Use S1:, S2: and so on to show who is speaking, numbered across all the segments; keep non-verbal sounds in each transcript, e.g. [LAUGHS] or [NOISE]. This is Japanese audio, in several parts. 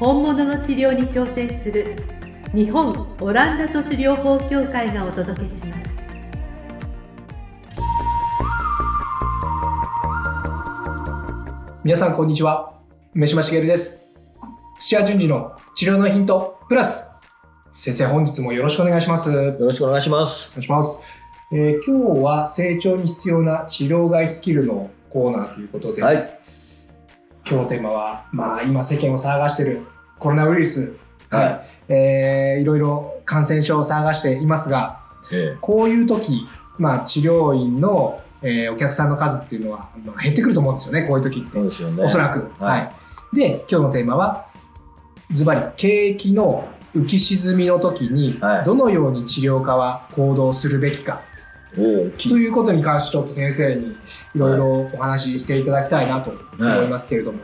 S1: 本物の治療に挑戦する日本オランダ都市療法協会がお届けします
S2: 皆さんこんにちは梅島茂です土屋順次の治療のヒントプラス先生本日もよろしくお願いしますお願
S3: よろしくお願いします。
S2: いします、えー今日は成長に必要な治療外スキルのコーナーということで、
S3: はい。
S2: 今日のテーマはまあ今世間を騒がしているコロナウイルス
S3: は
S2: はい、えーいろいろ感染症を騒がしていますが
S3: え
S2: こういう時、まあ、治療院の、えーお客さんの数っていうのは、まあ、減ってくると思うんですよね、こういう時っ
S3: え
S2: て
S3: そう。ですよね。
S2: おそらく。は。
S3: はいい
S2: で、今日のテーマは、ズバリ、景気の浮き沈みの時に、
S3: はい
S2: どのように治療家は行動するべきか、
S3: おお、
S2: と
S3: き
S2: いうことに関して、ちょっと先生にいろいろお話ししていただきたいなと思いますけれども。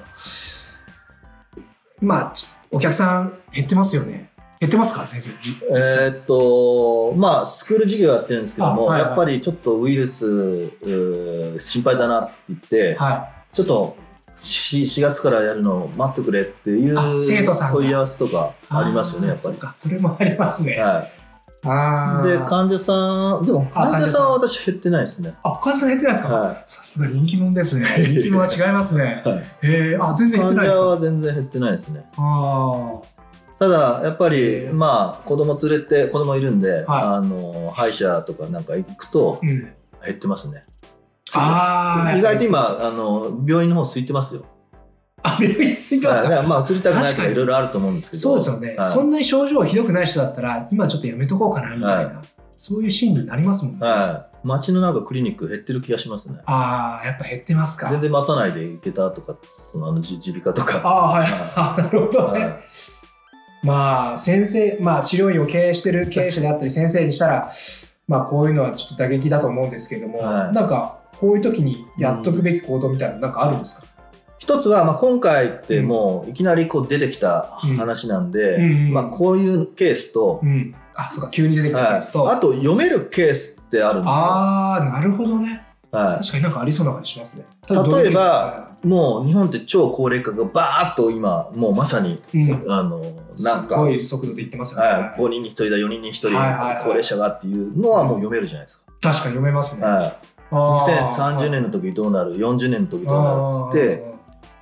S2: まあ、ちお客さん減ってますよね。減ってますか、先生。じ
S3: えーっと、まあ、スクール授業やってるんですけども、
S2: あはいはい
S3: やっぱりちょっとウイルス、うー心配だなって言って、
S2: は
S3: ちょっとし 4, 月からやるの待ってくれっていう
S2: あ生徒さんが
S3: 問い合わせとか
S2: い。
S3: ありますよね、
S2: あー
S3: やっぱ
S2: そ
S3: り。
S2: かそれもありますね。
S3: はい、
S2: ああ。
S3: で患者さん、でも
S2: あ
S3: 患者さんは私減ってないですね。
S2: あ、患者さん減ってないですか
S3: は
S2: さすが人気者ですね。人気者は違いますね
S3: い。。はい、
S2: へえ、あ、全然減って
S3: 患
S2: ないで
S3: 者
S2: すか
S3: は全然減ってないですね。
S2: あ
S3: ただやっぱり、
S2: えー
S3: まあ子供連れて子供いるんで、
S2: はい
S3: あの歯医者とかなんか行くと
S2: ーうん。
S3: 減ってますね、
S2: ああ。
S3: 意外と今あの病院の方空いてますよ
S2: あ、病院すいてます
S3: は
S2: か
S3: いまあ移りたくな
S2: 確
S3: いと
S2: か
S3: か
S2: に
S3: いろいろあると思うんですけど
S2: そうですよね。
S3: はい
S2: そんなに症状ひどくない人だったら、今ちょっとやめとこうかな、みたいな。そういう心理になりますもんね。あ
S3: はい街のなんかクリニック減ってる気がしますね
S2: あー、やっぱ減ってますか。
S3: 全然待たないで行けたとかそのあの耳鼻科とか
S2: ああー、はい。 [LAUGHS] あなるほどね。
S3: はい
S2: まあ、先生、まあ、治療院を経営してる経営者であったり、先生にしたら、まあ、こういうのはちょっと打撃だと思うんですけれども、
S3: はい
S2: なんか、こういう時にやっとくべき行動みたいなのなんかあるんですか、
S3: 一つは、まあ、今回ってもういきなりこう出てきた話なんで、
S2: うんうんうん
S3: まあ、こういうケースと、
S2: うん、あそうか急に出てきた
S3: は
S2: や
S3: い、
S2: つと、
S3: あと読めるケースってあるんですよ。
S2: あーなるほどね
S3: はい、
S2: 確かになんかありそうな感じしますね
S3: 例えば、もう日本って超高齢化がバーッと今もうまさに
S2: どういううん、
S3: あのなん
S2: す
S3: か、
S2: ご
S3: はい、
S2: い速度で言ってますよね、
S3: 5人に1人だ4人に1人
S2: はいはいはい
S3: 高齢者がっていうのはもう読めるじゃないですか、
S2: 確かに読めますね、
S3: はい、
S2: あー
S3: 2030年の時どうなる40年の時どうなるっつって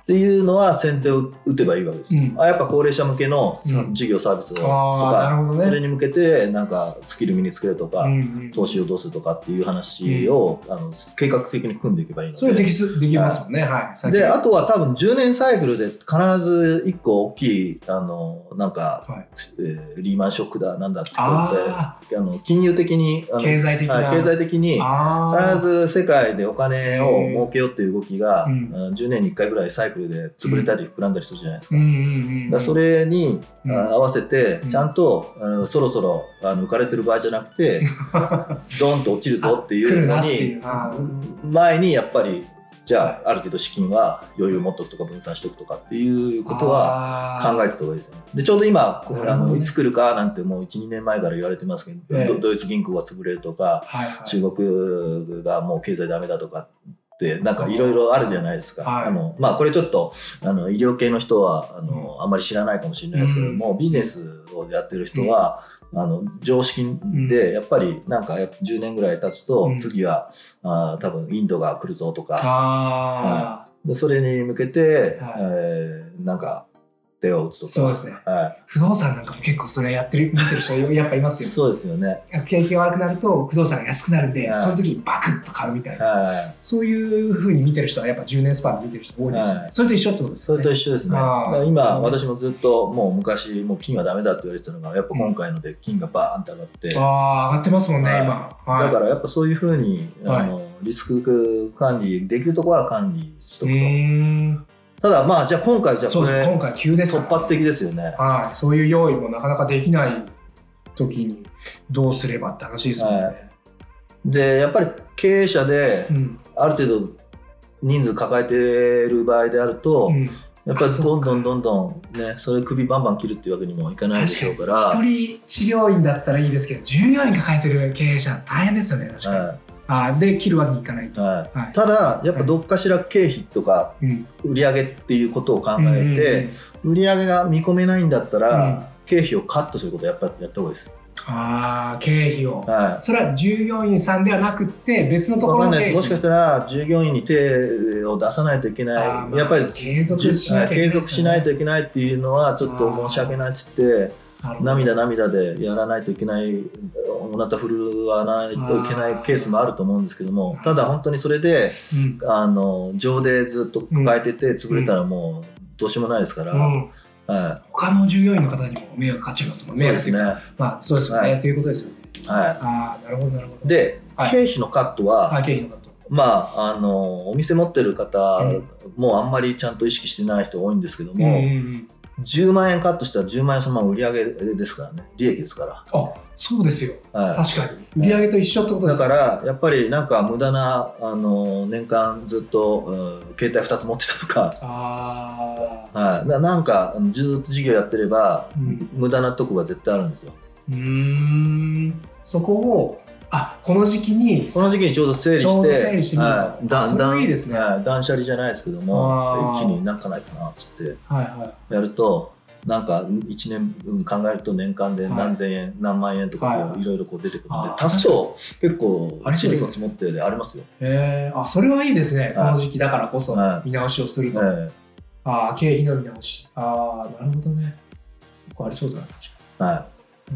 S3: っていうのは先手を打てばいいわけですよ、
S2: うん
S3: あやっぱ高齢者向けのさ
S2: うん
S3: 事業サービスをと
S2: あーな
S3: か
S2: る、ほどね
S3: それに向けてなんかスキル身につけるとか、
S2: あーうんうん
S3: 投資をどうするとかっていう話を、あの計画的に組んでいけばいいので
S2: それできすできますもんねはいさっき
S3: で、あとは多分10年サイクルで必ず1個大きい、あの、なんか、
S2: はい
S3: えーリーマンショックだ、なんだって言っ
S2: あ
S3: て、あの金融的に、あ
S2: ー
S3: の
S2: 経済的な、
S3: はい経済的に、
S2: あー
S3: 必ず世界でお金を儲けようっていう動きが、
S2: うん
S3: うん10年に1回ぐらいサイクルで潰れたり膨らんだりするじゃないですか。
S2: うんうんうん
S3: だからそれに、
S2: うん
S3: あ合わせて
S2: うん
S3: ちゃんと、うんそろそろあの浮かれてる場合じゃな
S2: [LAUGHS]
S3: くてドンと落ちるぞっていうの
S2: あ来るなってい
S3: に
S2: うあ
S3: 前にやっぱりじゃあある程度資金は余裕を持っとくとか分散しておくとかっていうことは
S2: は
S3: 考えてた方がいいですよね。でちょうど今こう
S2: なる
S3: あ
S2: ほど
S3: の
S2: ね
S3: いつ来るかなんてもう12年前から言われてますけど、
S2: ええ
S3: ドドイツ銀行が潰れるとか
S2: はいはい
S3: 中国がもう経済ダメだとかってなんかいろいろあるじゃないですか、
S2: はい
S3: あのまあ、これちょっとあの医療系の人はあの、あんまり知らないかもしれないですけども、ビジネスをやってる人は、あの常識でやっぱりなんか10年ぐらい経つと、
S2: うん
S3: 次はあー多分インドが来るぞとか、
S2: あー
S3: でそれに向けて、
S2: はい
S3: えーなんか手を打つとか。
S2: そうですね
S3: は
S2: 不動産なんかも結構それやってる見てる人やっぱいます
S3: い、
S2: よ
S3: そうですよね。
S2: 景気が悪くなると不動産が安くなるんで、
S3: はい
S2: その時にバクッと買うみたいな、
S3: はい、
S2: そういうふうに見てる人はやっぱ10年スパンで見てる人多いですよね、
S3: はい
S2: それと一緒ってことです
S3: そ
S2: よ
S3: れ
S2: ね
S3: と一緒ですね。だ
S2: あー
S3: から今、
S2: うん
S3: 私もずっともう昔、もう金はダメだって言われてたのが、やっぱ今回ので金がバーンって上がって、だ
S2: ああ上がってますもんね、
S3: はい
S2: 今、はい、
S3: からやっぱそういうふうに、
S2: はい
S3: あのリスク管理、できるところは管理しと
S2: う
S3: く
S2: ーん
S3: ただまあじゃあ今回じゃあ
S2: そ
S3: こ
S2: うです
S3: れ
S2: 今回急です
S3: 突
S2: から
S3: 発的ですよね。
S2: はい、そういう用意もなかなかできない時にどうすればって話ですもんね。
S3: はでやっぱり経営者で
S2: うん
S3: ある程度人数抱えてる場合であると、
S2: うん
S3: やっぱり
S2: あそ
S3: どんどんどんどんねそれ首バンバン切るっていうわけにもいかないでしょうから。
S2: 確かに一人治療院だったらいいですけど従業員抱えてる経営者大変ですよね確かに、
S3: は
S2: あーで切るわけにいかない
S3: い
S2: と、
S3: はい
S2: はい
S3: ただやっぱどっかしら経費とか
S2: うん、
S3: 売り上げっていうことを考えて、売り上げが見込めないんだったら、
S2: うん
S3: 経費をカットすることやっぱやった方がいいです。
S2: ああ経費を
S3: は
S2: それは従業員さんではなくって別の
S3: い。
S2: とこ
S3: わ
S2: ろ
S3: かん
S2: の
S3: ない
S2: 経
S3: で
S2: 費
S3: す。もしかしたら従業員に手を出さないといけない。
S2: あーまあ
S3: やっぱり
S2: 継続しなきゃいけないですね
S3: はい継続しないといけないっていうのはちょっと申し訳ないっつって
S2: なるほど
S3: 涙涙でやらないといけないお腹震わないといけないケースもあると思うんですけども
S2: あー
S3: ただ本当にそれで
S2: うん
S3: あの情でずっと抱えてて潰れたらもうどうしようもないですから、
S2: うん、
S3: は
S2: 他の従業員の方にも迷惑かかっちゃいますもん
S3: い、
S2: ね
S3: そうですね、
S2: 迷惑
S3: は
S2: というかまあそうですよね、
S3: は
S2: ということですよね
S3: い、
S2: ああなるほどなるほど
S3: で、
S2: はい
S3: 経費のカットは、
S2: あ経費のこと
S3: まあ、あのお店持ってる方
S2: うん
S3: もうあんまりちゃんと意識してない人多いんですけど
S2: うんう
S3: も、
S2: んうん
S3: 10万円カットしたら10万円そのまま売り上げですからね利益ですか
S2: あそうですよ
S3: ら、はい、
S2: 確かに売り上げと一緒ってことで
S3: だ
S2: すか
S3: からやっぱりなんか無駄なあの年間ずっと、うん携帯2つ持ってたとか、
S2: ああ
S3: はい、ななんかうんずっと事業やってれば、
S2: うん
S3: 無駄なとこが絶対あるんですよ
S2: うーんそこをあこの時期に
S3: この時期にちょうど整理して
S2: ちょうど整理してみると
S3: はい、だ
S2: それはいいですね
S3: だはい断捨離じゃないですけど
S2: あ
S3: も
S2: ー
S3: 一気になんかないかなっつって
S2: はいは
S3: やるとなんか1年分考えると年間で何千円、何万円とかこ
S2: は
S3: う
S2: い
S3: いろいろこう出てくるん
S2: あ
S3: で
S2: ー
S3: 足すと結構
S2: ありそうで
S3: 塵
S2: す
S3: も積もってありますよ。
S2: いへえあそれはいいですね
S3: い
S2: この時期だからこそ
S3: はい
S2: 見直しをすると、
S3: え
S2: ああ経費の見直しああなるほどね結構ありそうだな確か
S3: えは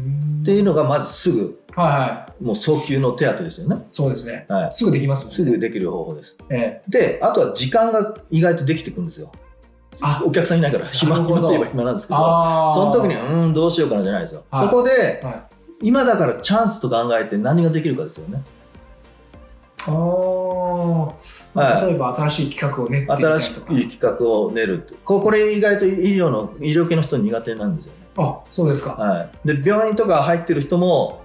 S3: い、
S2: にうーん
S3: っていうのがまずすぐ
S2: はいはい
S3: もう早急の手当ですよね。
S2: そうですね
S3: はい
S2: すぐできますもんね
S3: すぐできる方法です。
S2: ええ
S3: で、あとは時間が意外とできてくるんですよ。
S2: あ
S3: お客さんいないから、暇
S2: なるほ
S3: 暇
S2: ど
S3: といえば暇なんですけど、
S2: ああ
S3: その時に、うーん、どうしようかなじゃないですよ。
S2: はい
S3: そこで、
S2: はい
S3: 今だからチャンスと考えて何ができるかですよね。
S2: あーまあ
S3: はい
S2: 例えば新しい企画を練ってみた
S3: 新
S2: り
S3: しい
S2: とか
S3: 企画を練ると。ここれ意外と医療の、医療系の人苦手なんですよね。
S2: あそうですか
S3: はい。で、病院とか入ってる人も、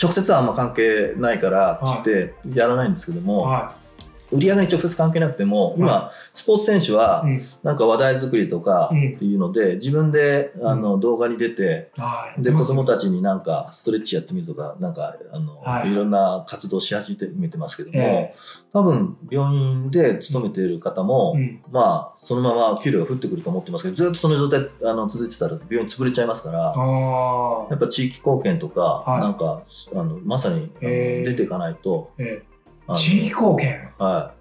S3: 直接はあんま関係ないから、つってやらないんですけども、
S2: は
S3: 売り上げに直接関係なくても、今、スポーツ選手は、
S2: い、うん、
S3: なんか話題作りとか
S2: うん
S3: っていうので、自分で
S2: ん
S3: あの動画に出て、
S2: はい
S3: で、子供たちになんかストレッチやってみるとか、なんか、あの、
S2: はい
S3: い、ろんな活動し始めてますけども、
S2: え
S3: 多分、病院で勤めている方も、
S2: うん、
S3: まあ、そのまま給料が降ってくると思ってますけど、ずっとその状態あの続いてたら病院潰れちゃいますから、
S2: あ
S3: や
S2: あ
S3: っぱ地域貢献とか、
S2: い
S3: なんか、あのまさにあの
S2: へー
S3: 出ていかないと、
S2: ええ
S3: あの
S2: 地域貢献
S3: は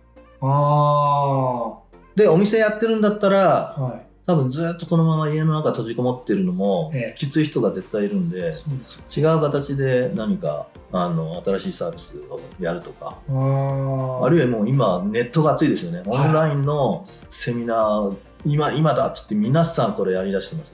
S2: ああ
S3: い。で、お店やってるんだったら、
S2: は
S3: 多分ずっとこのまま家の中閉じこもってるのも、
S2: ええ
S3: きつい人が絶対いる
S2: い
S3: んで
S2: そうですよ
S3: 違う形で何かあの新しいサービスをやるとか
S2: あ
S3: あ
S2: る
S3: るいはもう今ネットが熱いですよねオンラインのセミナー、今今だって言って皆さんこれやりだしてます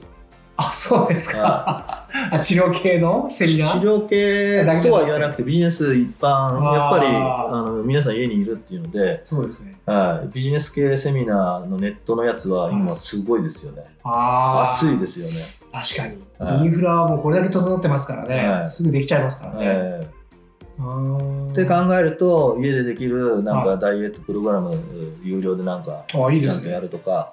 S2: あそうですかあ治療系のセミ
S3: 治
S2: ナー
S3: 療系
S2: だけじ
S3: と
S2: ゃなくて
S3: は言わなくてビジネス一般やっぱり
S2: あ
S3: あ
S2: ー
S3: の皆さん家にいるっていうので、
S2: そうですね
S3: はい、ビジネス系セミナーのネットのやつは今すごいですよね
S2: ああ
S3: 熱いですよね、
S2: 確かに、
S3: はい
S2: インフラはもうこれだけ整ってますからね、
S3: はい
S2: すぐできちゃいますからね、
S3: ええ
S2: あー
S3: って考えると家でできるなんかダイエットプログラム有料でなんか
S2: あいい
S3: ち
S2: で
S3: ゃん
S2: す
S3: とや
S2: ね
S3: るとか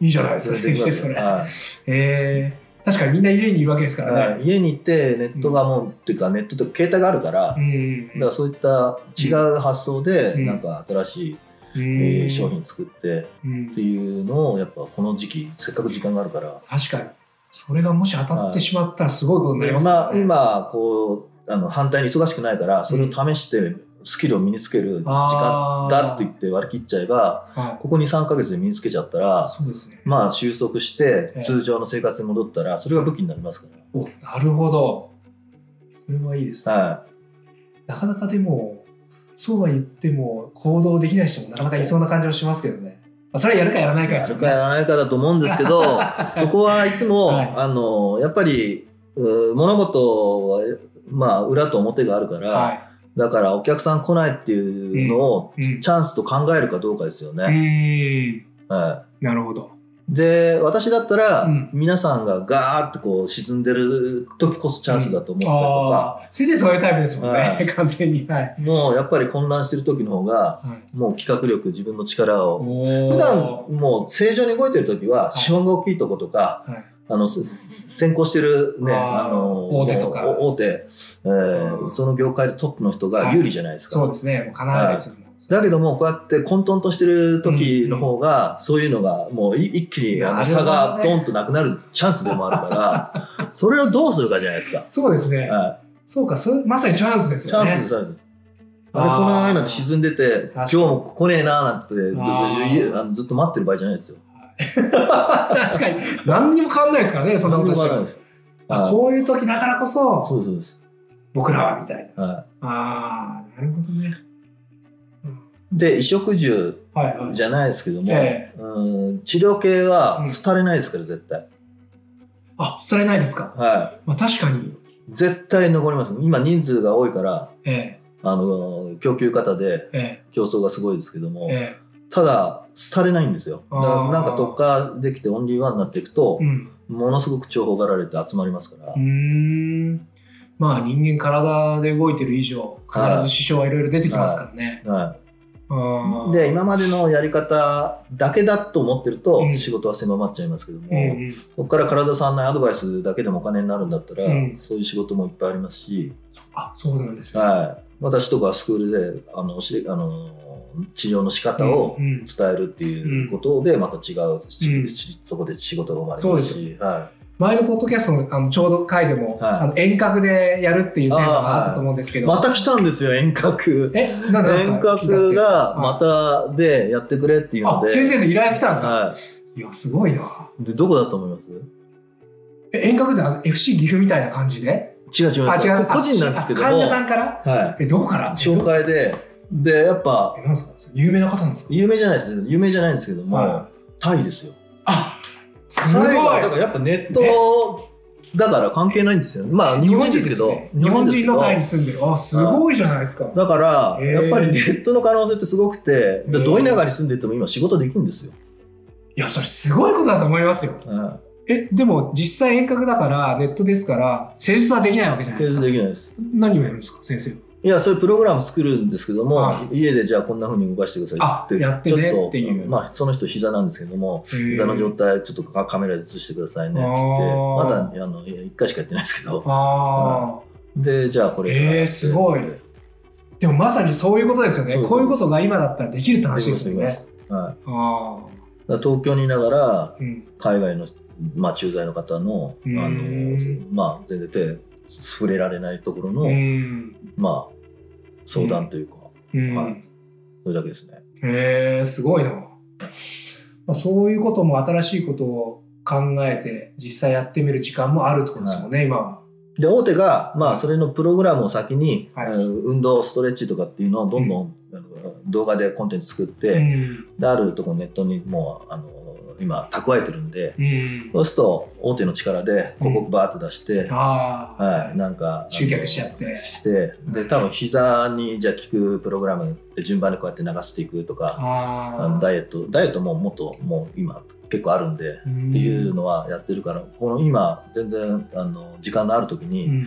S2: いいじゃないですか
S3: それ
S2: 先
S3: でき
S2: 生
S3: ます
S2: そ
S3: よ
S2: れ
S3: はい
S2: えー、確かにみんな家にいるわけですから
S3: は
S2: ね。
S3: い家に行ってネットがもうっていうかネットと携帯があるから
S2: う
S3: だ
S2: ん
S3: からそういった違う発想で
S2: うん
S3: なんか新しいえ
S2: う
S3: ー
S2: ん
S3: 商品作って
S2: うん
S3: っていうのをやっぱこの時期せっかく時間があるから
S2: 確かに。それがもし当たってしまったらすごいことになります
S3: まあ
S2: ね。
S3: 今こうあの反対に忙しくないからそれを試してスキルを身につける時間だって言って割り切っちゃえば
S2: は
S3: ここ23ヶ月で身につけちゃったら
S2: い、そうですね。
S3: まあ収束して
S2: ええ
S3: 通常の生活に戻ったらそれが武器になりますか
S2: おなるほど。それはいいですね。
S3: ら、は
S2: なかなかでも、そうは言っても行動できない人もなかなかいそうな感じはしますけどね。まあ、それはやるかやらない
S3: い、
S2: かです
S3: そ
S2: よ
S3: れか
S2: ね。
S3: やらないかだと思うんですけど
S2: [LAUGHS]
S3: そこはいつも、
S2: はい
S3: あのやっぱりうー物事は、まあ、裏と表があるから、
S2: は
S3: だからお客さん来ないっていうのを、
S2: い。うん
S3: チャンスと考えるかどうかですよ
S2: う
S3: ね、
S2: ん。
S3: は
S2: なるほど。
S3: で私だったら、
S2: うん
S3: 皆さんがガーッとこう沈んでる時こそチャンスだと思ったりとか、
S2: ああ、先生そういうタイプですもん
S3: は
S2: ね
S3: い、
S2: 完全に。はい。
S3: もうやっぱり混乱してる時の方が
S2: はい
S3: もう企画力自分の力を
S2: 普
S3: 普段もう正常に動いてる時は資本が大きいとことか、
S2: はい
S3: あのすす先行してるね
S2: あー
S3: あの
S2: 大手とか
S3: お大手、えー
S2: うん
S3: その業界でトップの人が有利じゃないですか、
S2: そうですね、もう必ずですよ。
S3: だけども、こうやって混沌としてる時の方が、そういうのが、もうい一気にあ
S2: な
S3: の
S2: るほど
S3: 差
S2: ね
S3: がドンとなくなるチャンスでもあ
S2: [LAUGHS]
S3: るから、それをどうするかじゃないですか。
S2: そうですね。
S3: は
S2: そうか、それまさにチャンスで
S3: い、
S2: す
S3: チャ
S2: よ
S3: ンスで
S2: ね
S3: す。チャンスです
S2: あ
S3: あ
S2: ー
S3: れ、この間なんて沈んでて、今日も来ねえなー
S2: あ
S3: なんて
S2: ー
S3: 言ってあの、ずっと待ってる場合じゃないですよ。
S2: 確かに、何にも変わんないですから
S3: [LAUGHS]
S2: ね、そんなことし
S3: 何
S2: て
S3: にもない
S2: も
S3: です。
S2: あ
S3: は
S2: こういう時だからこ
S3: い
S2: そ、
S3: そうそうです。
S2: 僕らはみたいな。
S3: は
S2: ああ、なるほどね。
S3: い、で、衣食住
S2: はいはい。
S3: じゃないですけども、
S2: え
S3: うん治療系は
S2: うん
S3: 廃れないですから、絶対。
S2: あ、それないですか。
S3: は
S2: まあ確かに。
S3: い、絶対残ります。今、人数が多いから、
S2: え
S3: あの供給方で
S2: え、え
S3: 競争がすごいですけど
S2: え、
S3: も、
S2: ええ。
S3: ただ廃れないんですよだか
S2: あー
S3: らなんか特化できてオンリーワンになっていくと
S2: う、ん。
S3: ものすごく重宝がられて集まりますから、
S2: うーん。まあ人間体で動いてる以上、必ず支障はいろいろ出てきますからね。
S3: は
S2: あ
S3: い、
S2: あ
S3: で今までのやり方だけだと思ってる
S2: う
S3: と
S2: ん
S3: 仕事は狭まっちゃいますけども、
S2: うんうん、
S3: ここから体さんのアドバイスだけでもお金になるんだったら、
S2: うん
S3: そういう仕事もいっぱいありますし、
S2: あそうなんですね。
S3: はい、私とかスクールであのしあの治療の仕方を、
S2: うんうん
S3: 伝えるっていうことでまた違う、し
S2: うん
S3: しそこで仕事が生まれる
S2: そう
S3: し、は
S2: 前のポッドキャストのあのちょうど回でも、
S3: はい
S2: あの遠隔でやるっていうテーマがあったと思うんですけ
S3: い、
S2: ど、
S3: また来たんですよ遠隔
S2: えなんでですか
S3: 遠隔
S2: 聞い
S3: がまたでやってくれっていう
S2: たっ
S3: の
S2: てあ
S3: で
S2: 先生の依頼が来たんですか、、
S3: はい、
S2: やすごいない
S3: でどこだと思います
S2: え遠隔であの FC 岐阜みたいな感じで
S3: 違う違う
S2: あ違う
S3: 個人なんですけど
S2: あ
S3: も
S2: 患者さんから
S3: はい、
S2: えどこから
S3: 紹介ででやっぱ
S2: えなんですか有名な方なんですか
S3: 有名じゃないです有名じゃないんですけども、
S2: は
S3: タイですよ
S2: あすごい
S3: タイがだからやっぱネットだから関係ないんですよまあ日本人ですけど
S2: ね日本
S3: ですけ
S2: 人
S3: ど
S2: のタイに住んでるあすごいじゃないですか
S3: だから、
S2: へー
S3: やっぱりネットの可能性ってすごくて、
S2: へー
S3: でど田舎に住んでても今仕事できるんですよ。
S2: いやそれすごいことだと思いますよ
S3: うん
S2: えでも実際遠隔だからネットですから施術はできないわけじゃない
S3: 全
S2: です
S3: 然
S2: か
S3: できないです。
S2: 何をやるんですか先生
S3: いや、そういうプログラム作るんですけども、
S2: は
S3: 家でじゃあこんな風に動かしてくだ
S2: あ
S3: さいって、
S2: やってね
S3: ちょと
S2: っていう
S3: まあ、その人膝なんですけども、膝の状態ちょっとカカメラで映してくださいねっつって、
S2: あ
S3: まだ
S2: ー
S3: あのいや一回しかやってないですけど、
S2: ああ、
S3: で、じゃあこれから
S2: えーすごいでもまさにそういうことですよね
S3: そういう
S2: こ
S3: こと
S2: う
S3: で
S2: いうこ
S3: す
S2: とが今だったらできるって
S3: で
S2: 話
S3: き
S2: で
S3: ますす
S2: よ
S3: できま
S2: ね
S3: すはい、
S2: あ
S3: だから東京にいながら
S2: あうん
S3: 海外の、まあ、駐在の方のあ
S2: う
S3: の
S2: ん、
S3: まあ、全然手触れられないところの、
S2: うん
S3: まあ、相談というか、
S2: うん
S3: はいそれだけですね。
S2: へえすごいな、まあ、そういうことも新しいことを考えて実際やってみる時間もあるってことですもんね、今は
S3: で、大手が、まあ、それのプログラムを先に、
S2: はい
S3: えー運動、ストレッチとかっていうのをどんどん、あの動画でコンテンツ作って、
S2: うん
S3: で、あるとこネットにもう、あの、今、蓄えてるんで、
S2: うん
S3: そうすると、大手の力で広告バーッと出して、
S2: ああ、
S3: はい、なんか、
S2: 集客しちゃって
S3: して、で、多分膝に、じゃあ効くプログラムで順番にこうやって流していくとか、あ
S2: あ
S3: のダイエット、ダイエットももっと、もう今、結構あるんで、
S2: っ
S3: っていうのはやってるから、この今全然あの時間のある
S2: う
S3: 時に
S2: ん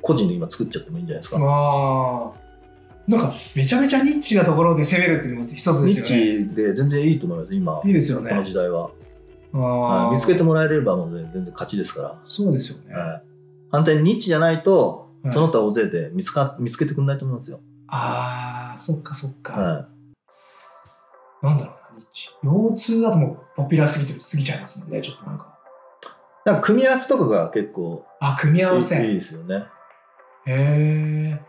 S3: 個人で今作っちゃってもいいんじゃないですか、
S2: ああなんかめちゃめちゃニッチなところで攻めるっていうのも一つで
S3: ニ
S2: す
S3: ッ
S2: よね
S3: チで全然いいと思います今
S2: いいですよね
S3: この時代は、
S2: あ
S3: は
S2: あ
S3: い見つけてもらえればもうね全然勝ちですか
S2: そうですよね、
S3: ら、はい反対にニッチじゃないと、
S2: はい
S3: その他大勢で見つか見つけてくれないと思うんですよ、
S2: ああそっかそっか、
S3: は
S2: なんだろうなニッチ腰痛だともうポピュラーすぎて過ぎちゃいますもんねちょっとなんか
S3: い、だから組み合わせとかが結構
S2: あ組み合わ
S3: い
S2: せ
S3: いいい
S2: へ
S3: ですよね
S2: え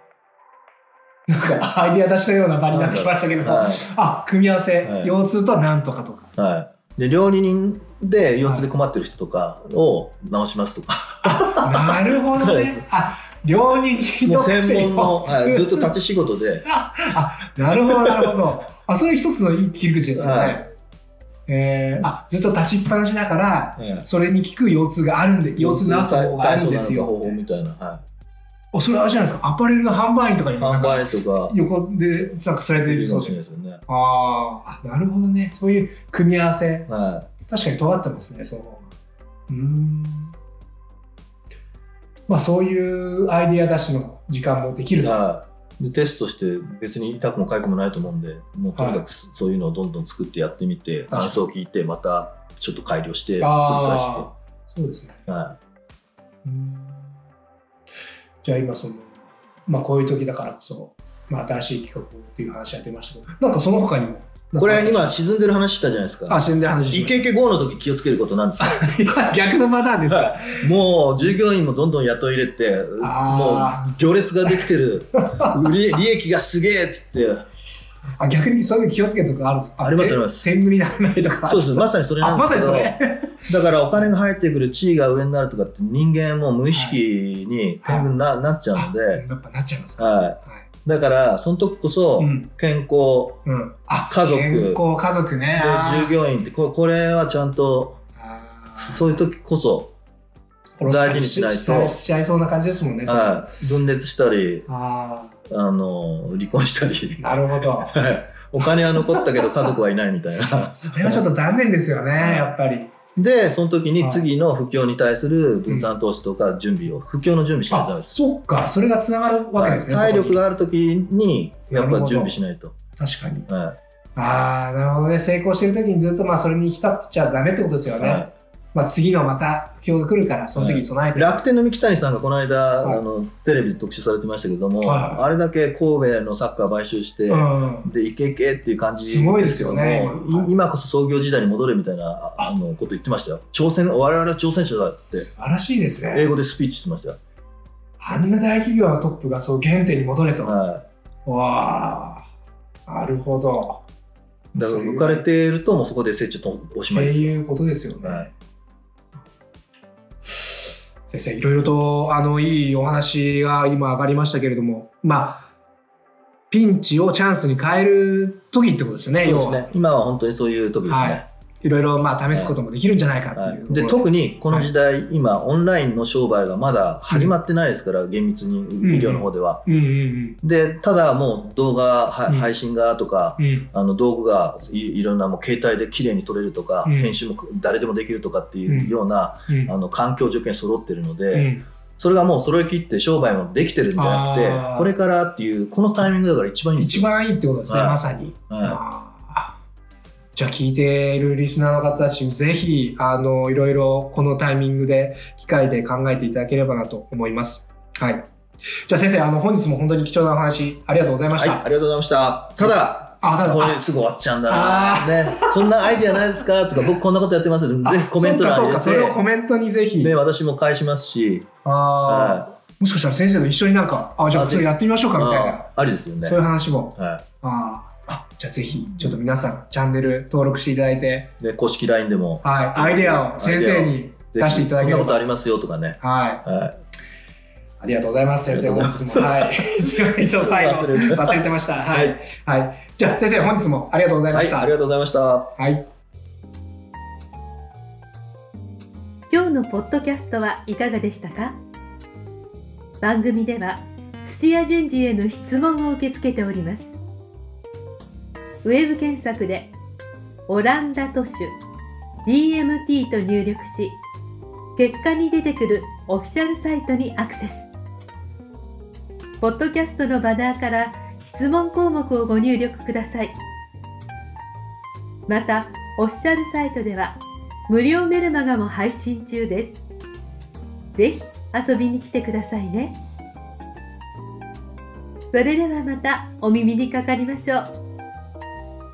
S2: なんかアイデア出したような場になってきましたけど、
S3: は
S2: あ組み合わせ、
S3: はい
S2: 腰痛とはなんとかとか
S3: い、はい、で料理人で腰痛で困ってる人とかを直しますとか、
S2: なるほ
S3: そ
S2: ど
S3: うです
S2: ねあ両人に
S3: もう
S2: 特化して
S3: 専門の、
S2: 腰痛
S3: はい、ずっと立ち仕
S2: [LAUGHS]
S3: 事で
S2: なるほど、なるほど。あ、それ一つのいい切り口ですよね。
S3: はい
S2: えーあ、ずっと立ちっぱなしだから、
S3: ええ
S2: それに効く腰痛があるんで、腰痛の朝
S3: 体
S2: もあるんです
S3: 体操の方法
S2: よ。
S3: みたいな、は
S2: お、それあれじゃないですか。アパレルの販売員とかに
S3: い、
S2: もなん
S3: 販
S2: か
S3: 売とか
S2: 横で、なんかそれ
S3: い
S2: で
S3: るか
S2: そうで
S3: もし
S2: す
S3: れな
S2: ね
S3: いですよね、
S2: あーあ、なるほどね。そういう組み合わせ。
S3: はい、
S2: 確かに尖ってますね、その方が。うーん。まあそういうアイディア出しの時間もできると。
S3: はいでテストして別に痛くも痒くもないと思うんでもうとにかくそういうのをどんどん作ってやってみて、
S2: はい
S3: 感想を聞いてまたちょっと改良して繰り返して
S2: ああ、そうですね。
S3: は
S2: うんじゃあ今その、まあ、こういう時だからこそ、まあ、新しい企画をっていう話が出ましたけどなんかその他にも
S3: い、これ
S2: なんか
S3: 今沈んでる話したじゃないです
S2: あ
S3: か
S2: 宣伝話
S3: イ
S2: しま
S3: ケイケ GO の時気をつけること
S2: [LAUGHS]
S3: なんですか
S2: した逆のパターンですか
S3: もう従業員もどんどん雇い入れて
S2: あ
S3: もう行列ができてる売り利益がすげえっつって
S2: あ逆にそういう気をつけるとかあるんですか
S3: あります
S2: て
S3: あります
S2: 天狗にならないとか
S3: そうですまさにそれな
S2: あ
S3: んで
S2: ますさ
S3: け
S2: に
S3: ど、
S2: それ
S3: だからお金が入ってくる地位が上になるとかって人間も無意識に天狗にな,、なっちゃうの
S2: あ
S3: で、
S2: [LAUGHS] やっぱなっちゃいますか、
S3: は
S2: はい
S3: い、だからその時こそ
S2: うん
S3: 健康
S2: うん、あ
S3: 家族
S2: 健康家族ねあー
S3: で従業員ってここれはちゃんと
S2: あー
S3: そういう時こそ、大事にしないと
S2: 殺害しちゃいそうな感じですもんね、それ
S3: はい、分裂したり
S2: あ
S3: あの離婚した
S2: ー
S3: り、 [LAUGHS]
S2: なるほど
S3: はいお金は残ったけど家族はいないみたいな。
S2: それはちょっと残念ですよね、やっぱり。
S3: でその時に次の不況に対する分散投資とか準備を不況の準備しないとダメです。
S2: そっか、それがつながるわけですね。
S3: はい体力
S2: そこ
S3: がある時にやっ
S2: なるほ
S3: ぱ
S2: ど
S3: 準備しないと。
S2: に確かに。
S3: は
S2: ああ、なるほどね。成功してる時にずっとまあそれに浸っちゃダメってことですよ
S3: い
S2: ね。
S3: はい
S2: まあ次のまた不況が来るから、その時に備えて。
S3: 楽天の三木谷さんがこの間、
S2: はい
S3: あのテレビで特集されてましたけども、
S2: はい
S3: あれだけ神戸のサッカー買収して、
S2: うん。
S3: でイケイケっていう感じ
S2: すごいですよね
S3: けどもい今こそ創業時代に戻れみたいなああのこと言ってましたよ挑戦我々は挑戦者だっ
S2: 素
S3: て
S2: 晴らしいです
S3: 英
S2: ね。
S3: 語でスピーチしてましたよ、
S2: あんな大企業のトップがそう原点に戻れと。
S3: は
S2: わあ、なるほど。
S3: い、だから
S2: そういう
S3: 浮かれているともうそこで成長とおしまい
S2: っ
S3: で
S2: て
S3: すよ、
S2: いうことですよね。
S3: はい、
S2: 先生いろいろとあのいいお話が今上がりましたけれどもまあピンチをチャンスに変える時ってことですよね
S3: そうです
S2: 要は
S3: ね今は本当にそういう時ですね、
S2: はいいろいろまあ試すこともできるんじゃないかって、
S3: はいいうで
S2: ところ
S3: 特にこの時代、今オンラインの商売がまだ始まってないですから、厳密に医療の方では、
S2: うんうん
S3: でただもう動画は、
S2: うん
S3: 配信がとか、
S2: うんうん
S3: あの道具がいいろんなもう携帯で綺麗に撮れるとか、
S2: うん
S3: 編集も誰でもできるとかっていうような、
S2: うん
S3: あの環境条件揃ってるので、
S2: うん
S3: それがもう揃い切って商売もできてるんじゃなく
S2: あー
S3: てこれからっていうこのタイミングだから一番いいんです
S2: 一
S3: よ。
S2: 番いいってことですね、
S3: はい
S2: まさに、
S3: は
S2: あーじゃあ聞いているリスナーの方たちもぜひあのいろいろこのタイミングで機会で考えていただければなと思いますはいじゃあ先生あの本日も本当に貴重なお話ありがとうございまし
S3: い、
S2: た、
S3: はい、ありがとうございました。ただ
S2: あただ
S3: これすぐ終わっちゃうんだ
S2: あ
S3: な、ね、こんなアイディアないですかとか僕こんなことやってます
S2: あ
S3: ぜひコメント欄
S2: そう
S3: に
S2: かそうかそれをコ
S3: 入
S2: メントにぜ
S3: れ
S2: ひ、
S3: て、ね、私も返しますし、
S2: あ
S3: は
S2: ーもしかしたら先生と一緒になんかあじゃあ
S3: あ
S2: それやってみましょう
S3: い、
S2: かみたい
S3: あ
S2: な
S3: ーありですよね
S2: そうい。う話も
S3: は
S2: あーあじゃあぜひちょっと皆さんチャンネル登録していただいて、
S3: い、で公式 LINE でも
S2: はい、アイデアを先生に
S3: ぜ
S2: 出
S3: ひ
S2: していただけれ
S3: こんなこと
S2: ば
S3: ありますよとかね。
S2: はい
S3: はい、
S2: ありがとうございます先生
S3: あり
S2: 本
S3: がとうご
S2: 日も
S3: [LAUGHS]
S2: はいすいませんちょっと最後
S3: 忘れて
S2: 忘れてましたはい、はい、じゃあ先生本日もありがとうございま
S3: は
S2: し
S3: い、
S2: た、
S3: ありがとうございました。
S2: はい
S1: 今日のポッドキャストはいかがでしたか番組では土屋順次への質問を受け付けておりますウェブ検索で「オランダ都市 DMT」と入力し結果に出てくるオフィシャルサイトにアクセスポッドキャストのバナーから質問項目をご入力くださいまたオフィシャルサイトでは「無料メルマガも配信中です。ぜひ遊びに来てくださいね。それではまたお耳にかかりましょう。